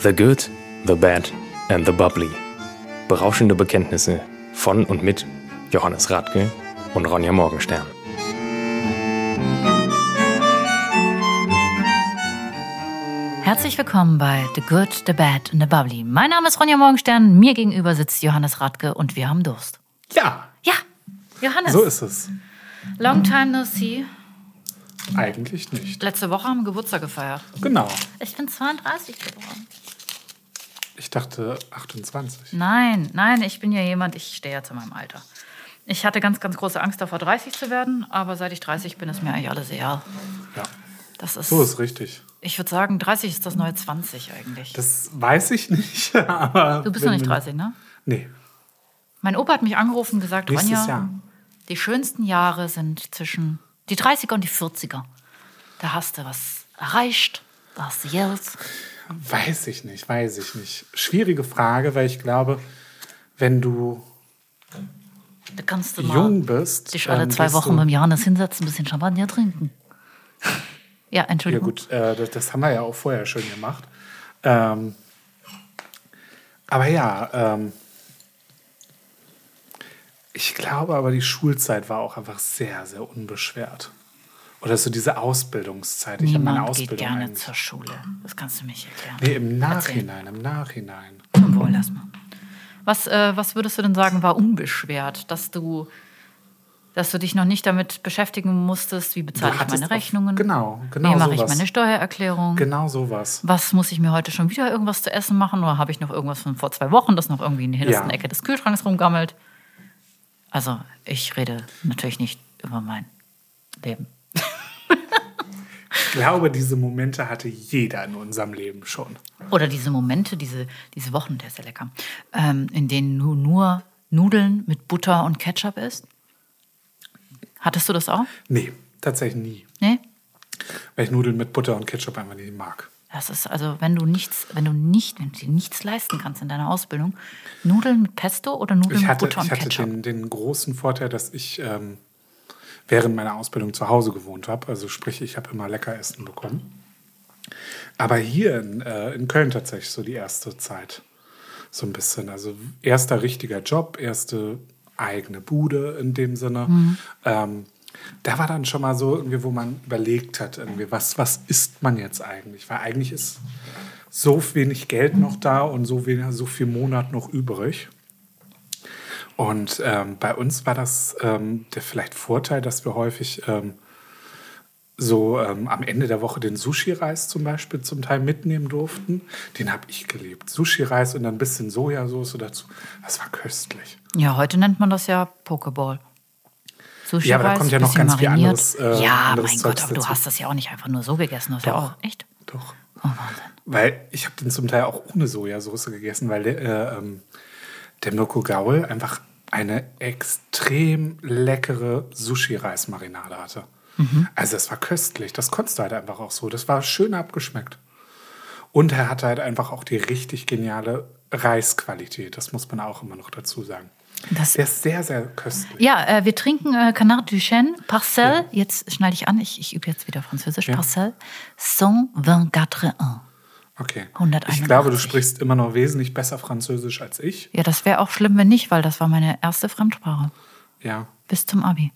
The Good, The Bad and The Bubbly. Berauschende Bekenntnisse von und mit Johannes Radke und Ronja Morgenstern. Herzlich willkommen bei The Good, The Bad and The Bubbly. Mein Name ist Ronja Morgenstern, mir gegenüber sitzt Johannes Radke und wir haben Durst. Ja, Ja, Johannes, so ist es. long time no see. Eigentlich nicht. Letzte Woche haben wir Geburtstag gefeiert. Genau. Ich bin 32 geworden. Ich dachte 28. Nein, nein, ich bin ja jemand, ich stehe ja zu meinem Alter. Ich hatte ganz, ganz große Angst davor, 30 zu werden, aber seit ich 30 bin, ist mir eigentlich alles egal. Ja, Das ist, so ist richtig. ich würde sagen, 30 ist das neue 20 eigentlich. Das weiß ich nicht, aber. du bist noch wenn nicht wir- 30, ne? Nee, Mein Opa hat mich angerufen und gesagt, Nächstes Ronja, Jahr. die schönsten Jahre sind zwischen die 30er und die 40er. Da hast du was erreicht, da hast du Geld. weiß ich nicht, weiß ich nicht. Schwierige Frage, weil ich glaube, wenn du Da kannst du jung mal bist. dich alle dann zwei bist Wochen du- beim Johannes hinsetzen, ein bisschen Champagner trinken. Ja, Ja, Entschuldigung. gut, äh, das, das haben wir ja auch vorher schön gemacht. Ähm, aber ja, ähm, ich glaube aber, die Schulzeit war auch einfach sehr, sehr unbeschwert. Oder so diese Ausbildungszeit. Ich habe meine Niemand geht Ausbildung gerne eigentlich. zur Schule. Das kannst du mir nicht erklären. Nee, im Nachhinein, im Nachhinein. Zum Wohl erstmal. Was, äh, was würdest du denn sagen, war unbeschwert, dass du, dass du dich noch nicht damit beschäftigen musstest, wie bezahle Du ich meine hattest auch- Rechnungen? genau, genau Wie mache ich sowas. meine Steuererklärung? Genau sowas. Was muss ich mir heute schon wieder irgendwas zu essen machen? Oder habe ich noch irgendwas von vor zwei Wochen, das noch irgendwie in der hintersten Ja. Ecke des Kühlschranks rumgammelt? Also, ich rede natürlich nicht über mein Leben. Ich glaube, diese Momente hatte jeder in unserem Leben schon. Oder diese Momente, diese, diese Wochen, der ist ja lecker, ähm, in denen du nur Nudeln mit Butter und Ketchup isst. Hattest du das auch? Nee, tatsächlich nie. Nee? Weil ich Nudeln mit Butter und Ketchup einfach nicht mag. Das ist also, wenn du nichts, wenn du nicht, wenn du dir nichts leisten kannst in deiner Ausbildung, Nudeln mit Pesto oder Nudeln Ich hatte, mit Butter und ich hatte Ketchup. den, den großen Vorteil, dass ich ähm, während meiner Ausbildung zu Hause gewohnt habe. Also sprich, ich habe immer lecker Essen bekommen. Aber hier in, äh, in Köln tatsächlich so die erste Zeit. So ein bisschen. Also erster richtiger Job, erste eigene Bude in dem Sinne. Mhm. Ähm, da war dann schon mal so irgendwie, wo man überlegt hat, irgendwie, was, was isst man jetzt eigentlich? Weil eigentlich ist so wenig Geld noch da und so, wenig, so viel Monat noch übrig. Und ähm, bei uns war das ähm, der vielleicht Vorteil, dass wir häufig ähm, so ähm, am Ende der Woche den Sushi-Reis zum Beispiel zum Teil mitnehmen durften. Den habe ich geliebt. Sushi-Reis und dann ein bisschen Sojasauce dazu. Das war köstlich. Ja, heute nennt man das ja Pokeball. Sushi Ja, aber da kommt ja noch ganz viel anderes, äh, ja, anderes mein Zeugs Gott, aber du dazu. hast das ja auch nicht einfach nur so gegessen. Das ist ja auch Doch. echt. Doch. Oh, Wahnsinn. Weil ich habe den zum Teil auch ohne Sojasauce gegessen, weil der, äh, ähm, der Mirko Gaul einfach eine extrem leckere Sushi-Reismarinade hatte. Also das war köstlich, das konntest du halt einfach auch so. Das war schön abgeschmeckt. Und er hatte halt einfach auch die richtig geniale Reisqualität. Das muss man auch immer noch dazu sagen. Das- der ist sehr, sehr köstlich. Ja, äh, wir trinken äh, Canard du Chêne, Parcel. Jetzt schneide ich an, ich, ich übe jetzt wieder Französisch. Ja. Parcel 124.1. Okay. 181. Ich glaube, du sprichst immer noch wesentlich besser Französisch als ich. Ja, das wäre auch schlimm, wenn nicht, weil das war meine erste Fremdsprache. Ja. Bis zum Abi.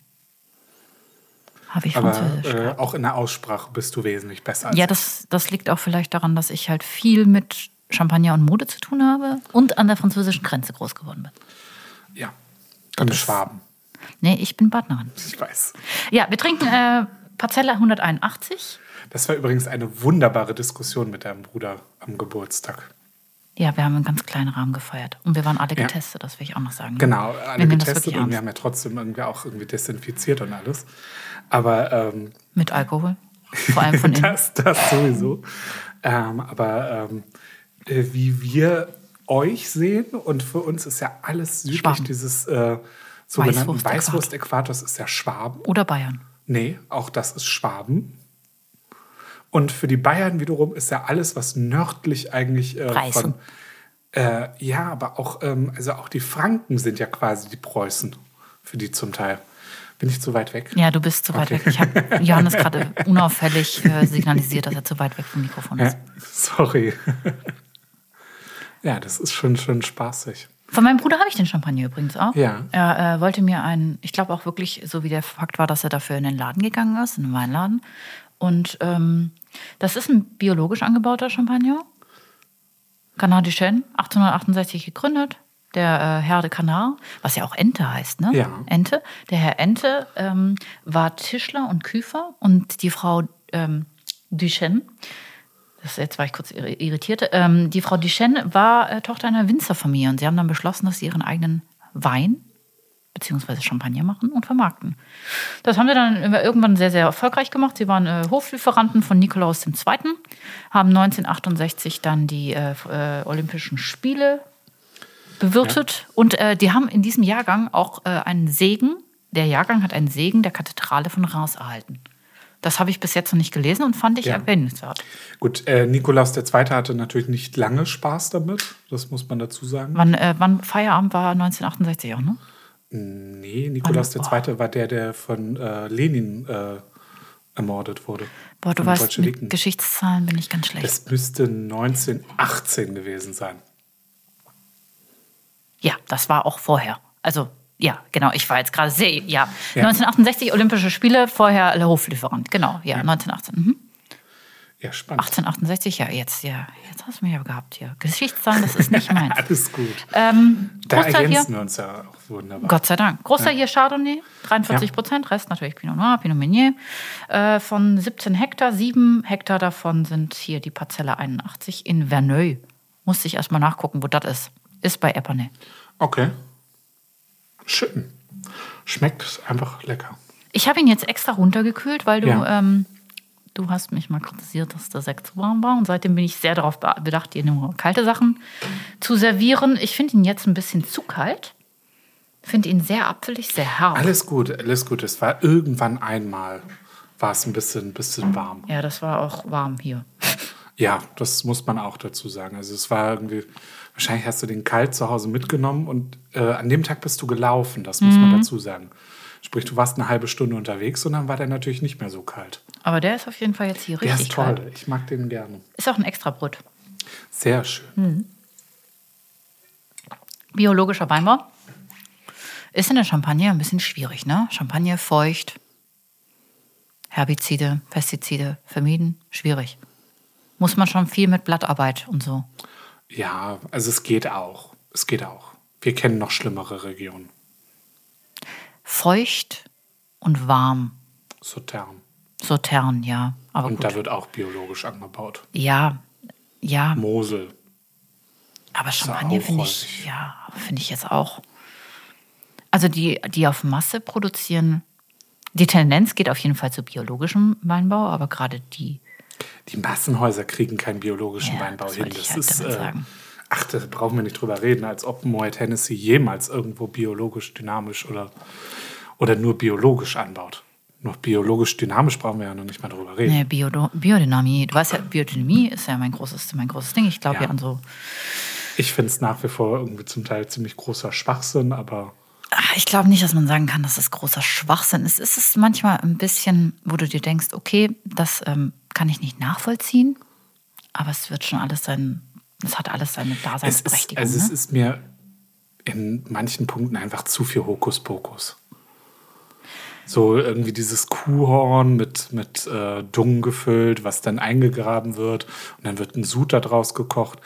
Habe ich Aber Französisch. äh, auch in der Aussprache bist du wesentlich besser als Ja, ich. das, das liegt auch vielleicht daran, dass ich halt viel mit Champagner und Mode zu tun habe und an der französischen Grenze groß geworden bin. Ja. Im Schwaben. Nee, ich bin Partnerin. Ich weiß. Ja, wir trinken äh, Parzella 181. Das war übrigens eine wunderbare Diskussion mit deinem Bruder am Geburtstag. Ja, wir haben einen ganz kleinen Rahmen gefeiert. Und wir waren alle Ja. getestet, das will ich auch noch sagen. Genau, wir alle nehmen das wirklich getestet und wir ernst. haben ja trotzdem irgendwie auch irgendwie desinfiziert und alles. Aber ähm, Mit Alkohol. Vor allem von innen. das, das sowieso. Ähm, aber ähm, äh, wie wir euch sehen und für uns ist ja alles südlich Schwaben. dieses äh, sogenannten Weißwurst-Äquator. Weißwurst-Äquators ist ja Schwaben. Oder Bayern. Nee, auch das ist Schwaben. Und für die Bayern wiederum ist ja alles, was nördlich eigentlich äh, Preußen. von. Äh, ja, aber auch, ähm, also auch die Franken sind ja quasi die Preußen. Für die zum Teil. Bin ich zu weit weg? Ja, du bist zu weit Okay. weg. Ich habe Johannes gerade unauffällig äh, signalisiert, dass er zu weit weg vom Mikrofon Ja, ist. sorry. Ja, das ist schon, schon spaßig. Von meinem Bruder habe ich den Champagner übrigens auch. Ja. Er äh, wollte mir einen, ich glaube auch wirklich, so wie der Fakt war, dass er dafür in den Laden gegangen ist, in den Weinladen. Und ähm, das ist ein biologisch angebauter Champagner. Canardischen, 1868 gegründet. Der äh, Herr de Canard, was ja auch Ente heißt, ne? Ja. Ente. Der Herr Ente ähm, war Tischler und Küfer und die Frau ähm, Duchenne, das, jetzt war ich kurz irri- irritiert, ähm, die Frau Duchenne war äh, Tochter einer Winzerfamilie und sie haben dann beschlossen, dass sie ihren eigenen Wein beziehungsweise Champagner machen und vermarkten. Das haben sie dann immer irgendwann sehr, sehr erfolgreich gemacht. Sie waren äh, Hoflieferanten von Nikolaus II., haben 1968 dann die äh, f- äh, Olympischen Spiele bewirtet und äh, die haben in diesem Jahrgang auch äh, einen Segen, der Jahrgang hat einen Segen der Kathedrale von Reims erhalten. Das habe ich bis jetzt noch nicht gelesen und fand ich Ja. erwähnenswert. Gut, äh, Nikolaus II. hatte natürlich nicht lange Spaß damit, das muss man dazu sagen. Wann, äh, wann Feierabend war 1968 auch, ne? Nee, Nikolaus Wann- II. war der, der von äh, Lenin äh, ermordet wurde. Boah, du Von den weißt, Bolschewiken. mit Geschichtszahlen bin ich ganz schlecht. Es müsste 1918 gewesen sein. Ja, das war auch vorher. Also, ja, genau, ich war jetzt gerade sehr, ja. Ja. 1968 Olympische Spiele, vorher Le Hoflieferant, genau, ja, 1918. Mhm. Ja, spannend. 1868, ja, jetzt, ja, jetzt hast du mich ja gehabt hier. Geschichtszahlen, das ist nicht meins. Alles gut. ähm, Da Großteil hier, ergänzen wir uns ja auch wunderbar. Gott sei Dank, Großteil hier Chardonnay, 43 Ja. Prozent, Rest natürlich Pinot Noir, Pinot Meunier. Äh, von 17 Hektar, 7 Hektar davon sind hier die Parzelle 81 in Verneuil. Musste ich erstmal nachgucken, wo das ist. Ist bei Epernay. Okay. Schön. Schmeckt einfach lecker. Ich habe ihn jetzt extra runtergekühlt, weil du, Ja. ähm, du hast mich mal kritisiert, dass der Sekt zu warm war. Und seitdem bin ich sehr darauf be- bedacht, dir nur kalte Sachen zu servieren. Ich finde ihn jetzt ein bisschen zu kalt. Finde ihn sehr apfelig, sehr herb. Alles gut, alles gut. Es war irgendwann einmal, war es ein bisschen, bisschen warm. Ja, das war auch warm hier. Ja, das muss man auch dazu sagen. Also es war irgendwie, wahrscheinlich hast du den kalt zu Hause mitgenommen und äh, an dem Tag bist du gelaufen, das muss Mhm. man dazu sagen. Sprich, du warst eine halbe Stunde unterwegs und dann war der natürlich nicht mehr so kalt. Aber der ist auf jeden Fall jetzt hier Der richtig ist toll, kalt. ich mag den gerne. Ist auch ein Extrabrot. Sehr schön. Hm. Biologischer Weinbau. Ist in der Champagne ein bisschen schwierig, ne? Champagne feucht, Herbizide, Pestizide vermieden, schwierig. Muss man schon viel mit Blattarbeit und so. Ja, also es geht auch. Es geht auch. Wir kennen noch schlimmere Regionen. Feucht und warm. Sotern. Sautern, ja. Aber Und Ah, gut. da wird auch biologisch angebaut. ja, ja. Mosel. Aber Champagner auch finde häufig. ich, ja, finde ich jetzt auch. Also die, die auf Masse produzieren, die Tendenz geht auf jeden Fall zu biologischem Weinbau, aber gerade die, Die Massenhäuser kriegen keinen biologischen Ja, Weinbau das hin. wollte ich Das halt ist. damit Äh, sagen. ach, da brauchen wir nicht drüber reden, als ob Moet Hennessy jemals irgendwo biologisch, dynamisch oder, oder nur biologisch anbaut. Noch biologisch, dynamisch brauchen wir ja noch nicht mal drüber reden. nee, äh, Biodo- Biodynamie, du weißt ja, Biodynamie ist ja mein großes, mein großes Ding. Ich glaube Ja. ja. an so, Ich finde es nach wie vor irgendwie zum Teil ziemlich großer Schwachsinn, aber Ach, ah, ich glaube nicht, dass man sagen kann, dass das großer Schwachsinn ist. Es ist manchmal ein bisschen, wo du dir denkst, okay, das ähm, kann ich nicht nachvollziehen, aber es wird schon alles sein, es hat alles seine es ist, Daseinsberechtigung. also es ne? ist mir in manchen Punkten einfach zu viel Hokuspokus. So irgendwie dieses Kuhhorn mit, mit äh, Dung gefüllt, was dann eingegraben wird und dann wird ein Sud daraus gekocht.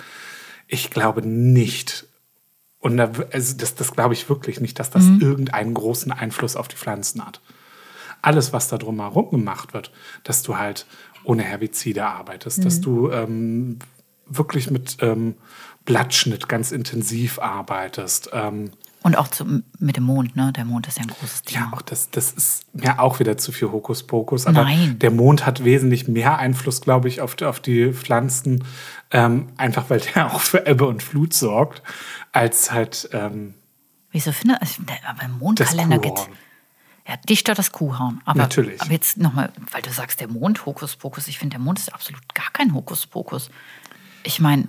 Ich glaube nicht. Und da, w- also das, das glaube ich wirklich nicht, dass das Mhm. irgendeinen großen Einfluss auf die Pflanzen hat. Alles, was da drumherum gemacht wird, dass du halt ohne Herbizide arbeitest, Mhm. dass du ähm, wirklich mit ähm, Blattschnitt ganz intensiv arbeitest. Ähm, Und auch zu, mit dem Mond, ne? Der Mond ist ja ein großes Thema. ja, auch das, das ist mir auch wieder zu viel Hokuspokus. Aber Nein. der Mond hat wesentlich mehr Einfluss, glaube ich, auf, die- auf die Pflanzen, ähm, einfach weil der auch für Ebbe und Flut sorgt, als halt ähm, Wieso finde ich, aber im das Mondkalender geht Kuhhorn. ja dich stört das Kuhhorn. Aber, Natürlich. Aber jetzt nochmal, weil du sagst, der Mond Hokuspokus. Ich finde, der Mond ist absolut gar kein Hokuspokus. Ich meine,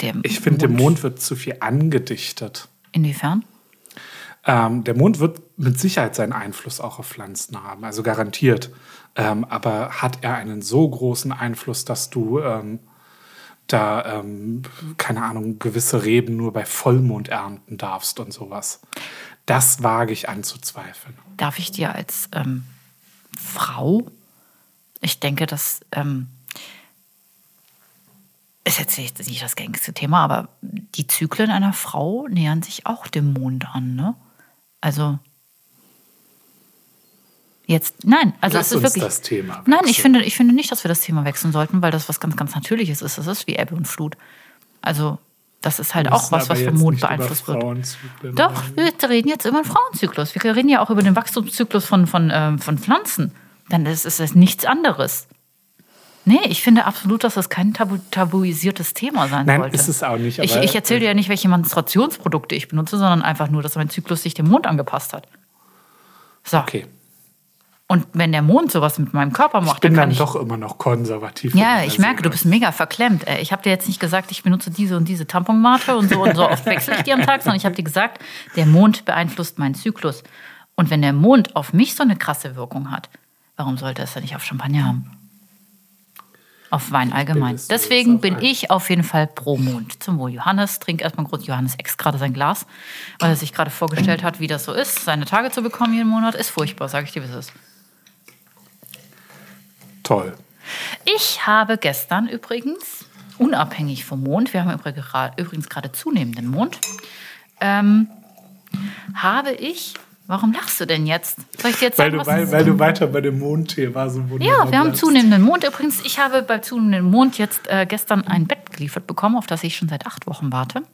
der Ich finde, dem Mond wird zu viel angedichtet. Inwiefern? Ähm, der Mond wird mit Sicherheit seinen Einfluss auch auf Pflanzen haben, also garantiert. Ähm, aber hat er einen so großen Einfluss, dass du ähm, da, ähm, keine Ahnung, gewisse Reben nur bei Vollmond ernten darfst und sowas. Das wage ich anzuzweifeln. Darf ich dir als ähm, Frau, ich denke, das ähm, ist jetzt nicht, nicht das gängigste Thema, aber die Zyklen einer Frau nähern sich auch dem Mond an, ne? Also jetzt, nein, also Lass es ist uns wirklich. das Thema nein, ich wechseln. finde, ich finde nicht, dass wir das Thema wechseln sollten, weil das was ganz, ganz Natürliches ist. Es ist wie Ebbe und Flut. Also das ist halt auch Müssen was, aber was vom jetzt Mond nicht über beeinflusst wird. Frauenzyklen Doch, reden. wir reden jetzt über den Frauenzyklus. Wir reden ja auch über den Wachstumszyklus von, von, ähm, von Pflanzen. Dann ist, ist das nichts anderes. Nee, ich finde absolut, dass das kein tabu tabuisiertes Thema sein Nein, sollte. ist es auch nicht, ich aber- ich erzähle dir ja nicht, welche Menstruationsprodukte ich benutze, sondern einfach nur, dass mein Zyklus sich dem Mond angepasst hat. So. Okay. Und wenn der Mond sowas mit meinem Körper macht, Ich bin dann dann kann ich doch immer noch konservativ. in ja, meiner ich merke, Seele. du bist mega verklemmt. Ey. Ich habe dir jetzt nicht gesagt, ich benutze diese und diese Tamponmate und so und so oft wechsle ich die am Tag, sondern ich habe dir gesagt, der Mond beeinflusst meinen Zyklus. Und wenn der Mond auf mich so eine krasse Wirkung hat, warum sollte es dann nicht auf Champagner haben? Auf Wein allgemein. Bildest du Deswegen jetzt bin auf ein- ich auf jeden Fall pro Mond. Zum Wohl Johannes. Trink erstmal groß. Johannes ex gerade sein Glas, weil er sich gerade vorgestellt hat, wie das so ist. Seine Tage zu bekommen jeden Monat ist furchtbar, sage ich dir, wie es ist. Toll. Ich habe gestern übrigens, unabhängig vom Mond, wir haben übrig- übrigens gerade zunehmenden Mond, ähm, habe ich, warum lachst du denn jetzt? Soll ich dir jetzt Weil sagen, du, was weil, weil du weiter bei dem Mondthema so wunderbar ja, wir haben bleibst. zunehmenden Mond. Übrigens, ich habe bei zunehmendem Mond jetzt äh, gestern ein Bett geliefert bekommen, auf das ich schon seit acht Wochen warte,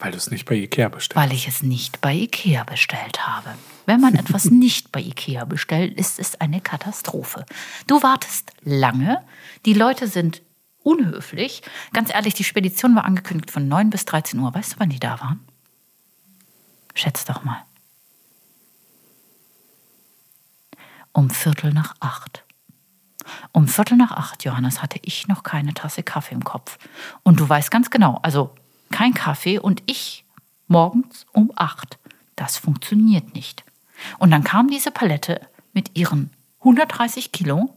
Weil du es nicht bei Ikea bestellst. weil ich es nicht bei Ikea bestellt habe. Wenn man etwas nicht bei Ikea bestellt, ist es eine Katastrophe. Du wartest lange, die Leute sind unhöflich. Ganz ehrlich, die Spedition war angekündigt von 9 bis 13 Uhr. Weißt du, wann die da waren? Schätz doch mal. Um Viertel nach acht. Um Viertel nach acht, Johannes, hatte ich noch keine Tasse Kaffee im Kopf. Und du weißt ganz genau, also kein Kaffee und ich morgens um acht. Das funktioniert nicht. Und dann kam diese Palette mit ihren 130 Kilo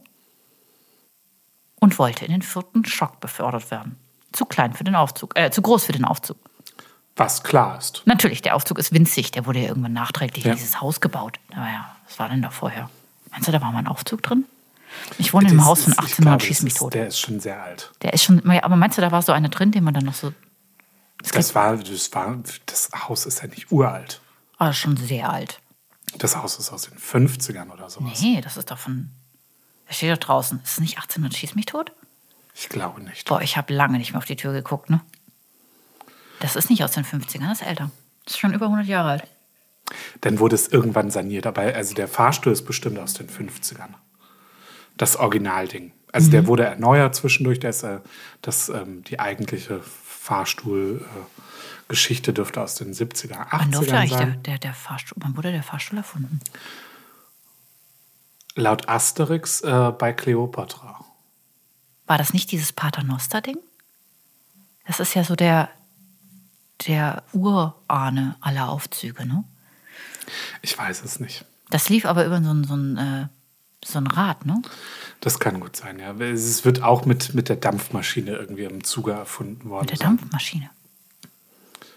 und wollte in den vierten Stock befördert werden. Zu klein für den Aufzug, äh, zu groß für den Aufzug. Was klar ist. Natürlich, der Aufzug ist winzig. Der wurde ja irgendwann nachträglich in Ja. dieses Haus gebaut. Naja, was war denn da vorher? Meinst du, da war mal ein Aufzug drin? Ich wohne Das im Haus von ist- ich 1800 glaube, schieß das mich ist- tot. Der ist schon sehr alt. Der ist schon, ja, aber meinst du, da war so eine drin, den man dann noch so, Das war, das war, das Haus ist ja nicht uralt. ah, schon sehr alt. Das Haus ist aus den 50ern oder sowas. Nee, das ist doch von, das steht doch draußen. Ist es nicht 1800 schieß mich tot? Ich glaube nicht. Boah, ich habe lange nicht mehr auf die Tür geguckt, ne? Das ist nicht aus den 50ern, das ist älter. Das ist schon über 100 Jahre alt. Dann wurde es irgendwann saniert. Aber also der Fahrstuhl ist bestimmt aus den 50ern. Das Originalding. Also Mhm. der wurde erneuert zwischendurch. Der ist, äh, das, ähm, die eigentliche Fahrstuhlgeschichte dürfte aus den 70er, Wann durfte 80ern eigentlich der, sein. der, der Fahrstuhl, wann wurde der Fahrstuhl erfunden? Laut Asterix äh, bei Cleopatra. War das nicht dieses Paternoster-Ding? Das ist ja so der, der Urahne aller Aufzüge, ne? Ich weiß es nicht. Das lief aber über so ein, so ein, äh, so ein Rad, ne? Das kann gut sein, ja. Es wird auch mit, mit der Dampfmaschine irgendwie im Zuge erfunden worden. Mit der sein. Dampfmaschine.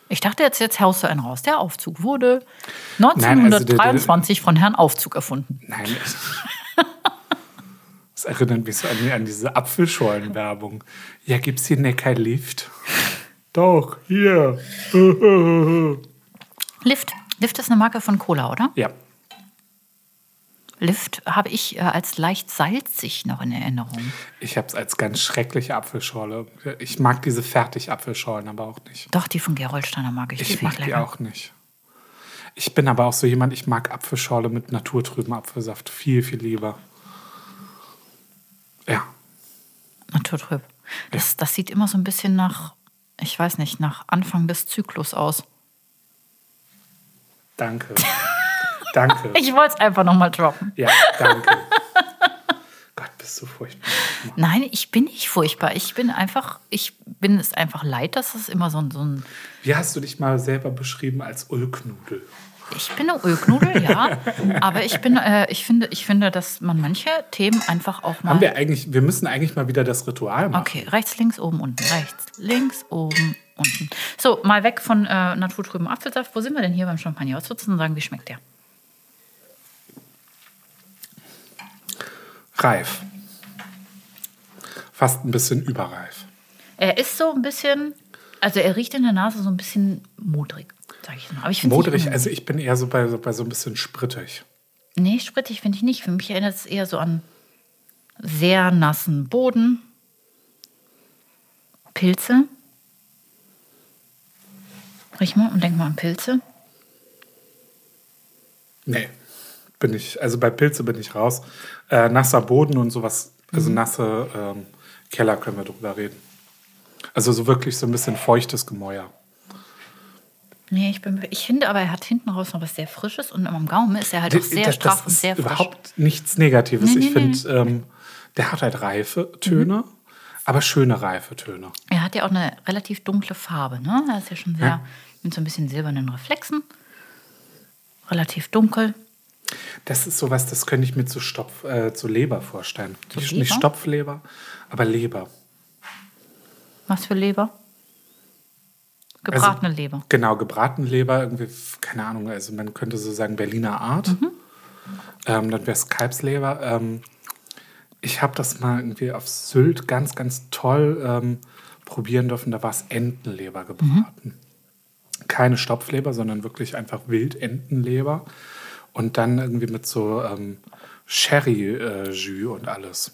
Ich dachte jetzt, jetzt haust du einen raus. Der Aufzug wurde Nein, also der- 1923 von Herrn Aufzug erfunden. Nein. Das erinnert mich so an, an diese Apfelschollen-Werbung. Ja, gibt's hier nicht kein Lift? Doch, hier. Lift. Lift ist eine Marke von Cola, oder? Ja, Lift habe ich äh, als leicht salzig noch in Erinnerung. ich habe es als ganz schreckliche Apfelschorle. Ich mag diese Fertig-Apfelschorlen aber auch nicht. Doch, die von Gerolsteiner mag ich. Ich finde mag die auch nicht. Ich bin aber auch so jemand, ich mag Apfelschorle mit naturtrüben Apfelsaft viel, viel lieber. Ja, Naturtrüb. Das, das sieht immer so ein bisschen nach, ich weiß nicht, nach Anfang des Zyklus aus. danke. danke. Ich wollte es einfach nochmal droppen. Ja, danke. Gott, bist du furchtbar. Nein, ich bin nicht furchtbar. Ich bin einfach, ich bin es einfach leid, dass es immer so ein, so ein Wie hast du dich mal selber beschrieben als Ullknudel? ich bin eine Ölknudel, ja. Aber ich bin, äh, ich finde, ich finde, dass man manche Themen einfach auch mal. Haben wir eigentlich, wir müssen eigentlich mal wieder das Ritual machen. Okay, rechts, links, oben, unten. Rechts, links, oben, unten. So, mal weg von äh, naturtrüben Apfelsaft. Wo sind wir denn hier beim Champagner? Was würdest du denn sagen, wie schmeckt der? Reif. Fast ein bisschen überreif. Er ist so ein bisschen, also er riecht in der Nase so ein bisschen modrig, sag ich mal. Aber ich find's nicht Modrig, unangenehm. also ich bin eher so bei, so bei so ein bisschen sprittig. Nee, sprittig finde ich nicht. Für mich erinnert es eher so an sehr nassen Boden, Pilze. Riech mal und denk mal an Pilze. Nee, bin ich, also bei Pilze bin ich raus. Äh, nasser Boden und sowas, Mhm. also nasse ähm, Keller können wir drüber reden. Also so wirklich so ein bisschen feuchtes Gemäuer. Nee, ich, bin, ich finde aber, er hat hinten raus noch was sehr Frisches und am Gaumen ist er halt auch sehr das, straff das und ist sehr frisch. überhaupt nichts Nee, Negatives. Mhm. nee, ich finde, ähm, der hat halt reife Töne, aber schöne reife Töne. Er hat ja auch eine relativ dunkle Farbe, ne? Er ist ja schon sehr, Ja. mit so ein bisschen silbernen Reflexen. Relativ dunkel. Das ist sowas, das könnte ich mir zu, Stopf, äh, zu Leber vorstellen. Zu nicht, Leber? nicht Stopfleber, aber Leber. Was für Leber? Gebratene Leber. Genau, gebratene Leber, irgendwie, keine Ahnung, also man könnte so sagen Berliner Art. Mhm. Ähm, dann wäre es Kalbsleber. Ähm, ich habe das mal irgendwie auf Sylt ganz, ganz toll ähm, probieren dürfen. Da war es Entenleber gebraten. Mhm. Keine Stopfleber, sondern wirklich einfach Wild-Entenleber. Und dann irgendwie mit so ähm, Sherry-Jus und alles.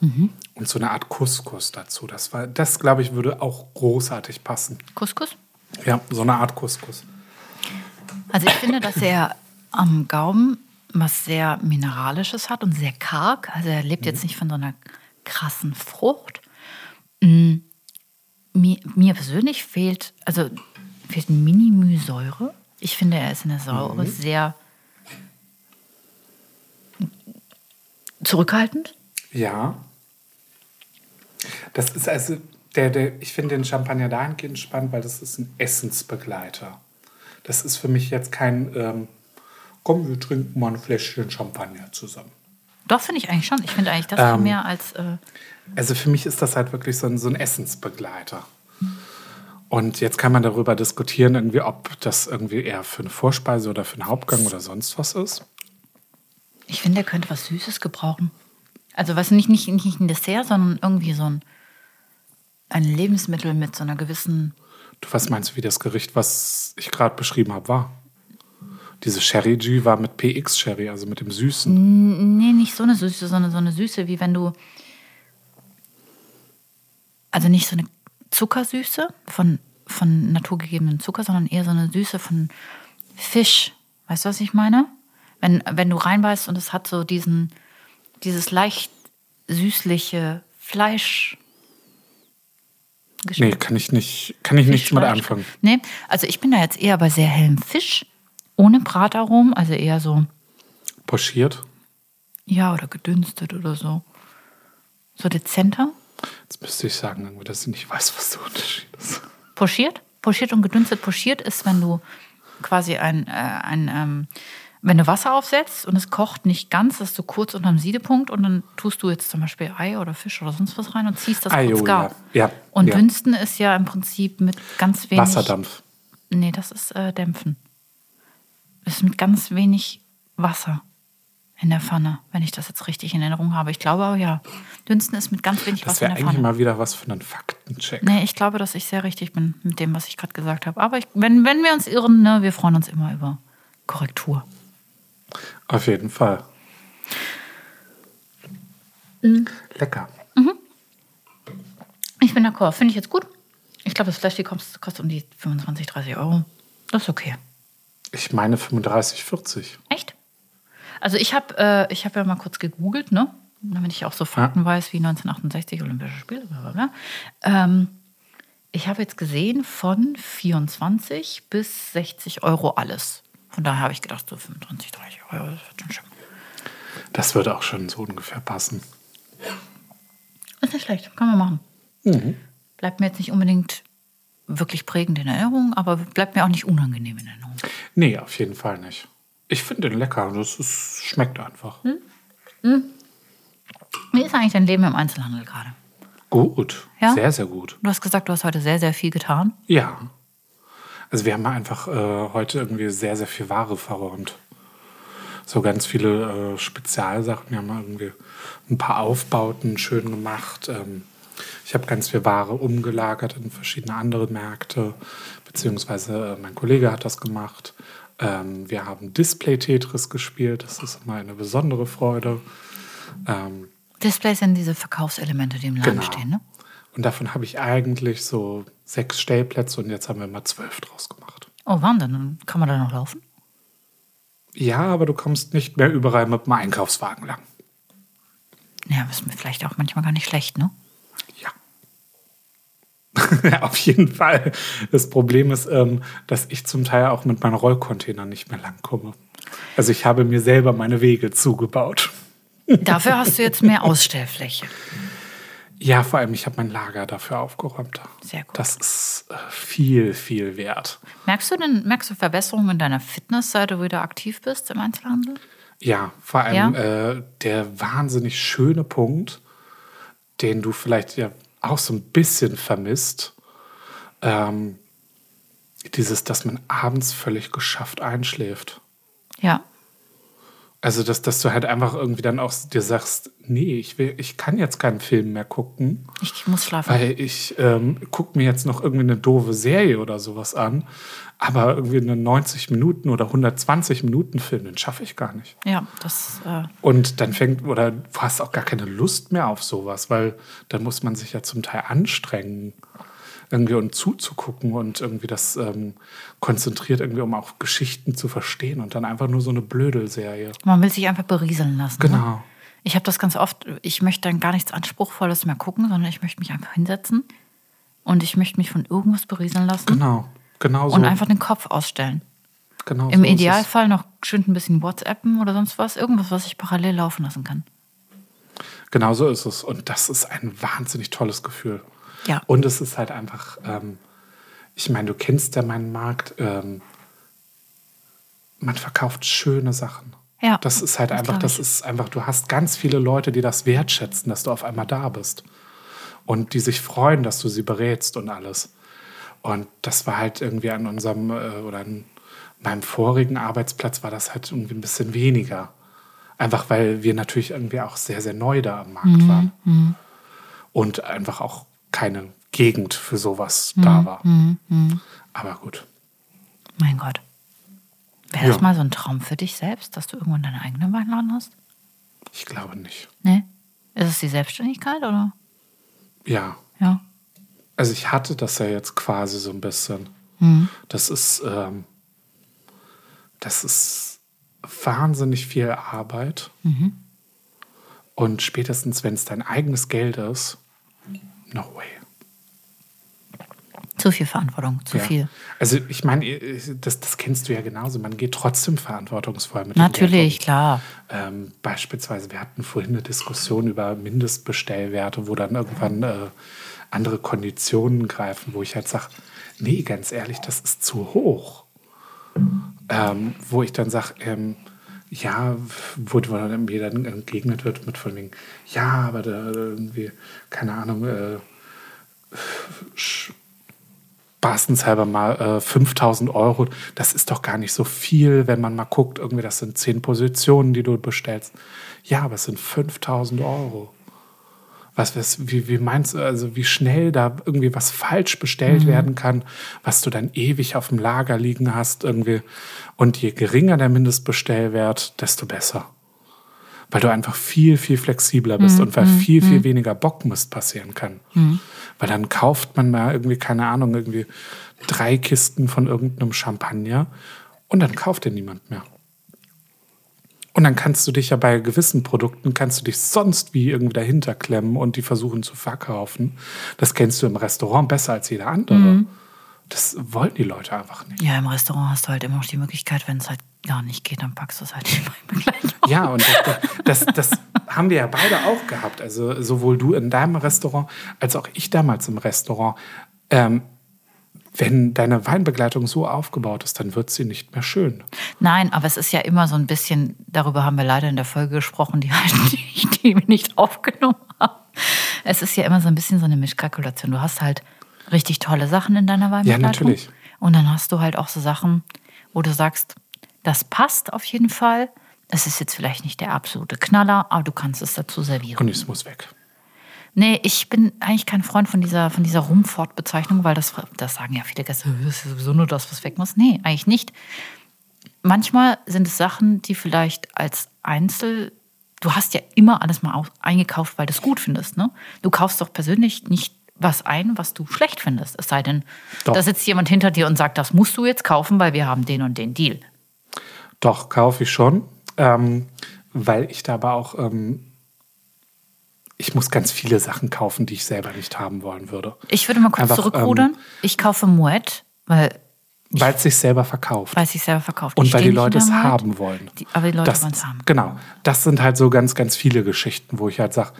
Mhm. Und so eine Art Couscous dazu. Das, war- das glaube ich, würde auch großartig passen. Couscous? Ja, so eine Art Couscous. Also ich finde, dass er am Gaumen was sehr Mineralisches hat und sehr karg. Also er lebt jetzt nicht von so einer krassen Frucht. Mm, Mir, mir persönlich fehlt, also fehlt Minimysäure. Ich finde, er ist in der Säure sehr zurückhaltend. Ja. Das ist also, der, der, ich finde den Champagner dahingehend spannend, weil das ist ein Essensbegleiter. Das ist für mich jetzt kein, ähm, komm, wir trinken mal ein Fläschchen Champagner zusammen. Doch, finde ich eigentlich schon. Ich finde eigentlich das viel Ähm, mehr als äh, Also für mich ist das halt wirklich so ein, so ein Essensbegleiter. Und jetzt kann man darüber diskutieren, irgendwie, ob das irgendwie eher für eine Vorspeise oder für einen Hauptgang oder sonst was ist. Ich finde, er könnte was Süßes gebrauchen. Also was nicht, nicht, nicht ein Dessert, sondern irgendwie so ein, ein Lebensmittel mit so einer gewissen. Du, was meinst du, wie das Gericht, was ich gerade beschrieben habe, war? Diese Sherry G war mit PX Sherry, also mit dem Süßen. Nee, nicht so eine Süße, sondern so eine Süße, wie wenn du. Also nicht so eine Zuckersüße von, von naturgegebenem Zucker, sondern eher so eine Süße von Fisch. Weißt du, was ich meine? Wenn, wenn du reinbeißt und es hat so diesen, dieses leicht süßliche Fleisch. Nee, kann ich nicht, kann ich nichts mit Fleisch. anfangen. Nee, also ich bin da jetzt eher bei sehr hellem Fisch, ohne Brataromen, also eher so, Pochiert. ja, oder gedünstet oder so. So dezenter. Jetzt müsste ich sagen, irgendwie, dass ich nicht weiß, was der Unterschied ist. Pochiert? Pochiert und gedünstet. Pochiert ist, wenn du quasi ein, äh, ein ähm, wenn du Wasser aufsetzt und es kocht nicht ganz, das ist so kurz unterm Siedepunkt und dann tust du jetzt zum Beispiel Ei oder Fisch oder sonst was rein und ziehst das Ei, kurz oh, gar. ja. Ja, und ja. dünsten ist ja im Prinzip mit ganz wenig... Wasserdampf. Nee, das ist äh, Dämpfen. Das ist mit ganz wenig Wasser in der Pfanne, wenn ich das jetzt richtig in Erinnerung habe. Ich glaube aber ja. Dünsten ist mit ganz wenig Das Wasser wäre in der eigentlich Pfanne. Mhm. mal wieder was für einen Faktencheck. Nee, ich glaube, dass ich sehr richtig bin mit dem, was ich gerade gesagt habe. Aber ich, wenn, wenn wir uns irren, ne, wir freuen uns immer über Korrektur. Auf jeden Fall. Lecker. Ich bin d'accord. Finde ich jetzt gut. Ich glaube, das Fleisch die kostet, kostet um die 25, 30 Euro. Das ist okay. Ich meine 35, 40. Echt? Also ich habe äh, ich hab ja mal kurz gegoogelt, ne? damit ich auch so Fakten weiß wie 1968 Olympische Spiele. Bla bla bla. Ähm, ich habe jetzt gesehen, von 24 bis 60 Euro alles. Von daher habe ich gedacht, so 25, 30 Euro, das wird schon schön. Das würde auch schon so ungefähr passen. Ist nicht schlecht, kann man machen. Bleibt mir jetzt nicht unbedingt wirklich prägend in Erinnerung, aber bleibt mir auch nicht unangenehm in Erinnerung. Nee, auf jeden Fall nicht. Ich finde den lecker. Das ist, schmeckt einfach. Wie ist eigentlich dein Leben im Einzelhandel gerade? Gut. Ja? Sehr, sehr gut. Du hast gesagt, du hast heute sehr, sehr viel getan. Ja. Also wir haben einfach äh, heute irgendwie sehr, sehr viel Ware verräumt. So ganz viele äh, Spezialsachen. Wir haben irgendwie ein paar Aufbauten schön gemacht. Ähm, ich habe ganz viel Ware umgelagert in verschiedene andere Märkte. Beziehungsweise äh, mein Kollege hat das gemacht. Ähm, wir haben Display-Tetris gespielt. Das ist immer eine besondere Freude. Ähm, Displays sind diese Verkaufselemente, die im Laden stehen, ne? Genau. Und davon habe ich eigentlich so sechs Stellplätze und jetzt haben wir mal zwölf draus gemacht. Oh, Wahnsinn, dann kann man da noch laufen? Ja, aber du kommst nicht mehr überall mit dem Einkaufswagen lang. Ja, das ist mir vielleicht auch manchmal gar nicht schlecht, ne? Ja. Auf jeden Fall. Das Problem ist, ähm, dass ich zum Teil auch mit meinen Rollcontainern nicht mehr langkomme. Also ich habe mir selber meine Wege zugebaut. Dafür hast du jetzt mehr Ausstellfläche. Ja, vor allem, ich habe mein Lager dafür aufgeräumt. Sehr gut. Das ist äh, viel, viel wert. Merkst du denn, merkst du Verbesserungen in deiner Fitness, seit du wieder aktiv bist im Einzelhandel? Ja, vor allem Äh, der wahnsinnig schöne Punkt, den du vielleicht ja auch so ein bisschen vermisst, ähm, dieses, dass man abends völlig geschafft einschläft. Ja. Also, dass, dass du halt einfach irgendwie dann auch dir sagst, nee, ich, will, ich kann jetzt keinen Film mehr gucken, Ich muss schlafen. weil ich ähm, gucke mir jetzt noch irgendwie eine doofe Serie oder sowas an, aber irgendwie einen 90 Minuten oder 120 Minuten Film, den schaffe ich gar nicht. ja, das. Äh, Und dann fängt, oder du hast auch gar keine Lust mehr auf sowas, weil dann muss man sich ja zum Teil anstrengen, irgendwie und zuzugucken und irgendwie das ähm, konzentriert irgendwie, um auch Geschichten zu verstehen und dann einfach nur so eine Blödelserie. man will sich einfach berieseln lassen. Ne? Genau. Ich habe das ganz oft, ich möchte dann gar nichts Anspruchvolles mehr gucken, sondern ich möchte mich einfach hinsetzen und ich möchte mich von irgendwas berieseln lassen Genau. Genau so. und einfach den Kopf ausstellen. genau Im so ist es. Idealfall noch schön ein bisschen WhatsAppen oder sonst was, irgendwas, was ich parallel laufen lassen kann. Genau so ist es. Und das ist ein wahnsinnig tolles Gefühl. Ja. Und es ist halt einfach, ähm, ich meine, du kennst ja meinen Markt, ähm, man verkauft schöne Sachen. Ja, Das ist halt das einfach, glaub das ist einfach, du hast ganz viele Leute, die das wertschätzen, dass du auf einmal da bist. Und die sich freuen, dass du sie berätst und alles. Und das war halt irgendwie an unserem äh, oder an meinem vorigen Arbeitsplatz war das halt irgendwie ein bisschen weniger. Einfach weil wir natürlich irgendwie auch sehr, sehr neu da am Markt Mhm, waren. Und einfach auch keine Gegend für sowas Mhm, da war. Aber gut. Mein Gott. Wäre das Ja. mal so ein Traum für dich selbst, dass du irgendwann deinen eigenen Weinladen hast? Ich glaube nicht. Nee? Ist es die Selbstständigkeit oder? Ja. Ja. Also ich hatte das ja jetzt quasi so ein bisschen. Mhm. Das ist, ähm, das ist wahnsinnig viel Arbeit. Mhm. Und spätestens, wenn es dein eigenes Geld ist, no way. Zu viel Verantwortung, zu ja. viel. Also ich meine, ihr- das, das kennst du ja genauso. Man geht trotzdem verantwortungsvoll mit Natürlich, dem Geld um. klar. Ähm, beispielsweise, wir hatten vorhin eine Diskussion über Mindestbestellwerte, wo dann irgendwann äh, andere Konditionen greifen, wo ich halt sage, nee, ganz ehrlich, das ist zu hoch. Ähm, wo ich dann sage, ähm, ja, wo dann mir dann entgegnet wird mit von wegen, ja, aber da irgendwie, keine Ahnung, äh, spaßenshalber mal äh, 5000 Euro, das ist doch gar nicht so viel, wenn man mal guckt, irgendwie das sind zehn Positionen, die du bestellst. Ja, aber es sind 5000 Euro. Was, was, wie, wie meinst du, also wie schnell da irgendwie was falsch bestellt werden kann, was du dann ewig auf dem Lager liegen hast irgendwie. Und je geringer der Mindestbestellwert, desto besser. Weil du einfach viel, viel flexibler bist und weil viel, viel weniger Bockmist passieren kann. Weil dann kauft man mal irgendwie, keine Ahnung, irgendwie drei Kisten von irgendeinem Champagner und dann kauft dir niemand mehr. Und dann kannst du dich ja bei gewissen Produkten, kannst du dich sonst wie irgendwie dahinter klemmen und die versuchen zu verkaufen. Das kennst du im Restaurant besser als jeder andere. Das wollen die Leute einfach nicht. Ja, im Restaurant hast du halt immer noch die Möglichkeit, wenn es halt gar nicht geht, dann packst du es halt immer gleich auf. Ja, und das, das, das, haben wir ja beide auch gehabt. Also sowohl du in deinem Restaurant als auch ich damals im Restaurant. Ähm, wenn deine Weinbegleitung so aufgebaut ist, dann wird sie nicht mehr schön. Nein, aber es ist ja immer so ein bisschen, darüber haben wir leider in der Folge gesprochen, die, halt- die wir nicht aufgenommen haben. Es ist ja immer so ein bisschen so eine Mischkalkulation. Du hast halt richtig tolle Sachen in deiner Weinbegleitung. natürlich. Und dann hast du halt auch so Sachen, wo du sagst, das passt auf jeden Fall. Es ist jetzt vielleicht nicht der absolute Knaller, aber du kannst es dazu servieren. Und es muss weg. Nee, ich bin eigentlich kein Freund von dieser, von dieser Rumfort-Bezeichnung, weil das, das sagen ja viele Gäste, das ist sowieso nur das, was weg muss. Nee, eigentlich nicht. Manchmal sind es Sachen, die vielleicht als Einzel. Du hast ja immer alles mal au- eingekauft, weil du es gut findest. Ne? Du kaufst doch persönlich nicht was ein, was du schlecht findest. Es sei denn, Doch. da sitzt jemand hinter dir und sagt, das musst du jetzt kaufen, weil wir haben den und den Deal. Doch, kaufe ich schon. Ähm, weil ich da aber auch, ähm, ich muss ganz viele Sachen kaufen, die ich selber nicht haben wollen würde. Ich würde mal kurz Einfach, zurückrudern. ähm, ich kaufe Moet, weil Weil es sich selber verkauft. weil es sich selber verkauft. Und Ich weil die stehe nicht Leute es hinter Moet. haben wollen. Die, aber die Leute Das- wollen es haben. Genau. Das sind halt so ganz, ganz viele Geschichten, wo ich halt sage,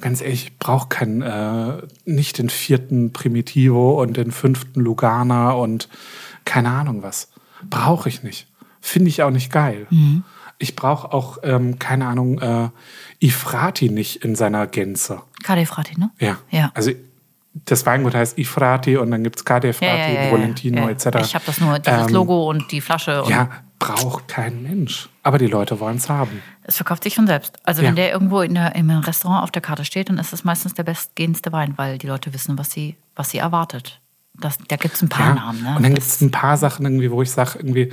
ganz ehrlich, ich brauche keinen, äh, nicht den vierten Primitivo und den fünften Lugana und keine Ahnung was. Brauche ich nicht. Finde ich auch nicht geil. Mhm. Ich brauche auch, ähm, keine Ahnung, äh, Ifrati nicht in seiner Gänze. Kadefrati, ne? Ja. Ja. Also das Weingut heißt Ifrati und dann gibt es Kadefrati, ja, ja, ja, ja. Brolentino Ja. etc. Ich habe das nur, dieses Ähm, Logo und die Flasche. Und Ja, braucht kein Mensch. Aber die Leute wollen es haben. Es verkauft sich von selbst. Also wenn Ja. der irgendwo in der, im Restaurant auf der Karte steht, dann ist es meistens der bestgehendste Wein, weil die Leute wissen, was sie, was sie erwartet. Das, da gibt es ein paar Ja. Namen. Ne? Und dann gibt Das- es ein paar Sachen irgendwie, wo ich sage, irgendwie,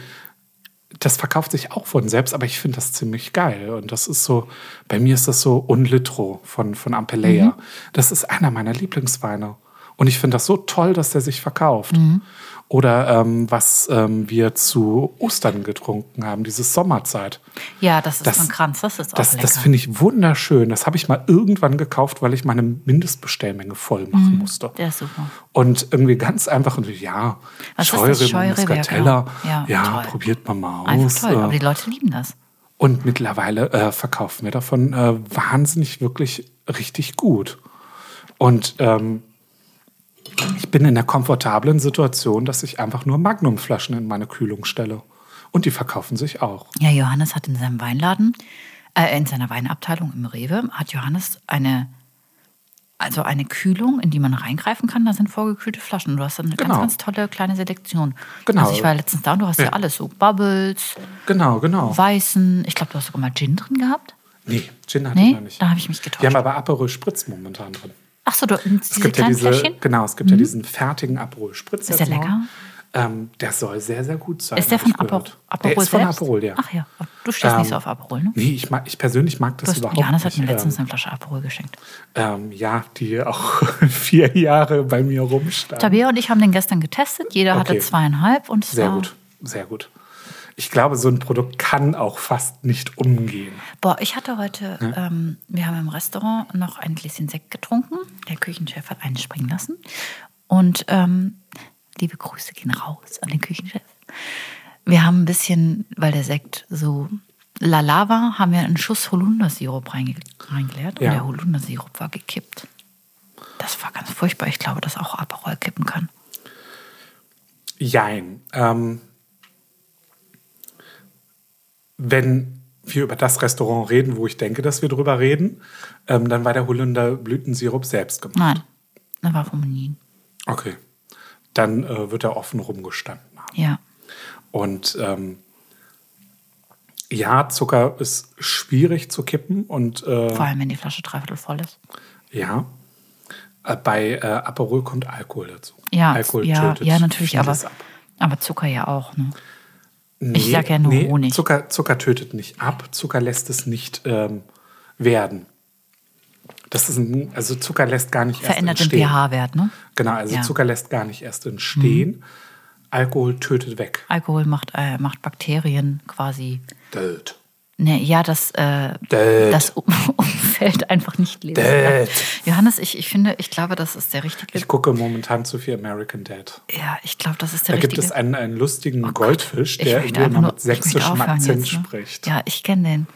das verkauft sich auch von selbst, aber ich finde das ziemlich geil. Und das ist so, bei mir ist das so Unlitro von, von Ampelea. Mhm. Das ist einer meiner Lieblingsweine. Und ich finde das so toll, dass der sich verkauft. Mhm. Oder ähm, was ähm, wir zu Ostern getrunken haben, dieses Sommerzeit. ja, das ist das- so ein Kranz, das ist auch Das, lecker. das finde ich wunderschön. Das habe ich mal irgendwann gekauft, weil ich meine Mindestbestellmenge voll Mhm. machen musste. der ist super. Und irgendwie ganz einfach, und ja, Was ist Scheurebe, das? Scheurebe, ja, Muscatella, genau. ja, Ja, toll. probiert man mal Einfach aus. toll. Aber die äh, Leute lieben das. Und mittlerweile äh, verkaufen wir davon äh, wahnsinnig, wirklich richtig gut. Und ähm, ich bin in der komfortablen Situation, dass ich einfach nur Magnumflaschen in meine Kühlung stelle. Und die verkaufen sich auch. Ja, Johannes hat in seinem Weinladen, äh, in seiner Weinabteilung im Rewe, hat Johannes eine, also eine Kühlung, in die man reingreifen kann. Da sind vorgekühlte Flaschen. Du hast dann eine Genau. ganz, ganz tolle kleine Selektion. Genau. Also ich war ja letztens da und du hast ja, Ja. alles so Bubbles, Genau, genau. Weißen. Ich glaube, du hast sogar mal Gin drin gehabt. Nee, Gin hatte Nee, ich noch nicht. da habe ich mich Wir haben getäuscht. aber Aperol Spritz momentan drin. Ach so, du, diese Es gibt ja kleinen diese, Fläschchen? Mhm. genau, es gibt ja diesen fertigen Aperol Spritz. Ist der jetzt noch. lecker? Ähm, der soll sehr, sehr gut sein. Ist der hab ich von Aperol? gehört. Aperol Der ist von selbst? Aperol, ja. Ach ja, du stehst Ähm, nicht so auf Aperol, ne? Nee, ich, mag, ich persönlich mag Du das hast, überhaupt Johannes hat nicht. mir letztens eine Flasche Aperol geschenkt. ähm, ähm, ja, die auch vier Jahre bei mir rumstand. Tabea und ich haben den gestern getestet. Jeder hatte Okay. zweieinhalb und es Sehr war gut, sehr gut. Ich glaube, so ein Produkt kann auch fast nicht umgehen. Boah, ich hatte heute, ähm, wir haben im Restaurant noch ein Gläschen Sekt getrunken. Der Küchenchef hat einen springen lassen. Und ähm, liebe Grüße gehen raus an den Küchenchef. Wir haben ein bisschen, weil der Sekt so lala war, haben wir einen Schuss Holundersirup reinge reingeleert. Ja. Und der Holundersirup war gekippt. Das war ganz furchtbar. Ich glaube, dass auch Aperol kippen kann. Jein. Ähm, wenn wir über das Restaurant reden, wo ich denke, dass wir drüber reden, ähm, dann war der Holunder Blütensirup selbst gemacht. Nein, das war vom Nien. Okay. Dann äh, wird er offen rumgestanden haben. Ja. Und ähm, ja, Zucker ist schwierig zu kippen und äh, Vor allem, wenn die Flasche dreiviertel voll ist. ja, Äh, bei äh, Aperol kommt Alkohol dazu. Ja, Alkohol ja, tötet ja natürlich, aber, vieles ab. aber Zucker ja auch. Ne? Nee, Ich sag ja nur Honig. Zucker, Zucker tötet nicht ab, Zucker lässt es nicht ähm, werden. Das ist ein, also Zucker lässt gar nicht Verändert erst den entstehen. pH-Wert, ne? Genau, also Ja. Mhm. Zucker lässt gar nicht erst entstehen. Alkohol tötet weg. Alkohol macht, äh, macht Bakterien quasi, Död. ne, ja, das, äh, Död. das um Umfeld einfach nicht leben. Död. Johannes, ich, ich finde, ich glaube, das ist der richtige. Ich gucke momentan zu viel American Dad. Ja, ich glaube, das ist Da der gibt richtige. Oh es einen, einen lustigen Goldfisch, ich der möchte irgendwie einfach immer nur mit ich möchte sächsischem aufhören Akzent jetzt, ne? spricht. Hm. Ja, ich kenne den.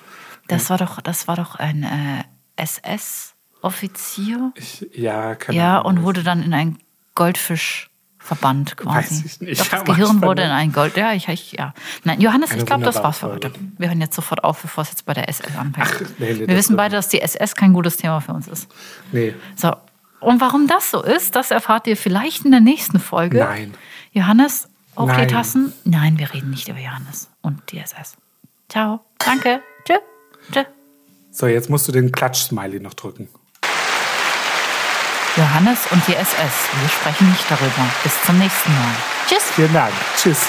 Das war doch, das war doch ein äh, SS-Offizier. Ich, ja, keine Ja, Ahnung. und wurde dann in einen Goldfischverband quasi. Weiß ich nicht. Doch, Ja, das manchmal. Gehirn wurde in einen Gold. Ja, ich, ich ja. Nein, Johannes, Eine ich glaube, das wunderbare war's für heute. Folge. Wir hören jetzt sofort auf, bevor es jetzt bei der SS anfängt. nee, nee, Wir das wissen wird- beide, dass die SS kein gutes Thema für uns ist. Nee, So. Und warum das so ist, das erfahrt ihr vielleicht in der nächsten Folge. Nein. Johannes, auf die Nein. Tassen. Nein, wir reden nicht über Johannes und die SS. Ciao. Danke. Tschö. Tschö. So, jetzt musst du den Klatsch-Smiley noch drücken. Johannes und die SS. Wir sprechen nicht darüber. Bis zum nächsten Mal. Tschüss. Vielen Dank. Tschüss.